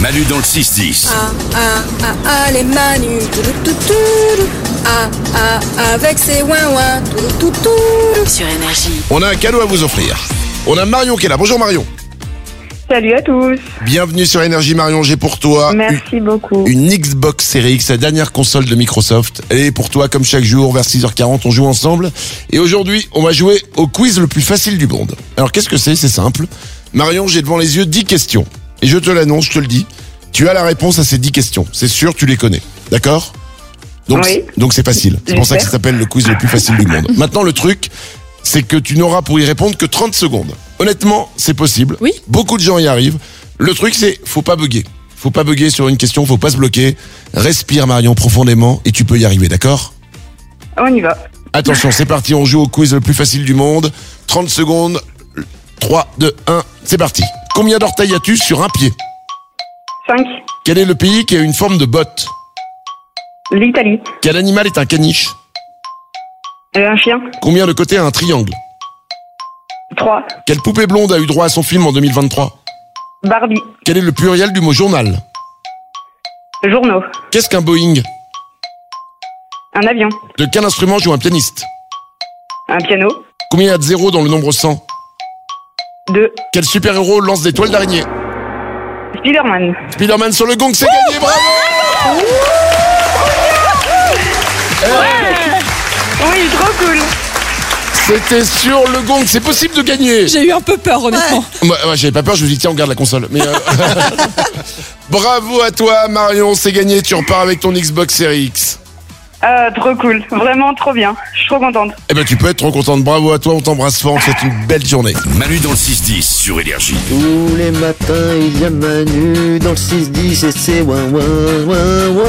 Manu dans le 6-10. Ah, ah, ah, ah, les Manu, toudou, toudou, toudou. Ah, ah, ah, avec ses ouin-ouin, toudou, toudou, toudou. sur énergie. On a un cadeau à vous offrir. On a Marion qui est là. Bonjour Marion. Salut à tous. Bienvenue sur Énergie Marion, j'ai pour toi une, Merci beaucoup. une Xbox Series X, la dernière console de Microsoft. Elle est pour toi comme chaque jour vers 6h40, on joue ensemble. Et aujourd'hui, on va jouer au quiz le plus facile du monde. Alors qu'est-ce que c'est C'est simple. Marion, j'ai devant les yeux 10 questions. Et je te l'annonce, je te le dis, tu as la réponse à ces 10 questions. C'est sûr, tu les connais. D'accord donc, Oui. c'est- donc c'est facile. C'est pour ça que ça s'appelle le quiz le plus facile du monde. Maintenant, le truc, c'est que tu n'auras pour y répondre que 30 secondes. Honnêtement, c'est possible. Oui. Beaucoup de gens y arrivent. Le truc, c'est faut pas bugger. Faut pas bugger sur une question, faut pas se bloquer. Respire, Marion, profondément, et tu peux y arriver, d'accord On y va. Attention, c'est parti, on joue au quiz le plus facile du monde. 30 secondes. 3, 2, 1, c'est parti. Combien d'orteils as-tu sur un pied 5. Quel est le pays qui a une forme de botte L'Italie. Quel animal est un caniche Euh, un chien. Combien de côtés a un triangle 3. Quelle poupée blonde a eu droit à son film en 2023 Barbie. Quel est le pluriel du mot journal Journaux. Qu'est-ce qu'un Boeing Un avion. De quel instrument joue un pianiste Un piano. Combien y a de zéros dans le nombre 100 2. Quel super-héros lance des toiles d'araignée Spider-Man. Spider-Man sur le gong, c'est gagné, bravo Oui, trop cool. C'était sur le gong, c'est possible de gagner J'ai eu un peu peur, honnêtement. Moi, moi, j'avais pas peur, je me dis tiens on garde la console. Mais euh, bravo à toi Marion, c'est gagné, tu repars avec ton Xbox Series X. Ah, trop cool. Vraiment trop bien. Je suis trop contente. Eh ben tu peux être trop contente, bravo à toi, on t'embrasse fort, on te souhaite une belle journée. Manu dans le 6-10 sur Énergie. Tous les matins, il y a Manu dans le 6-10 et c'est ouin ouin ouin ouin.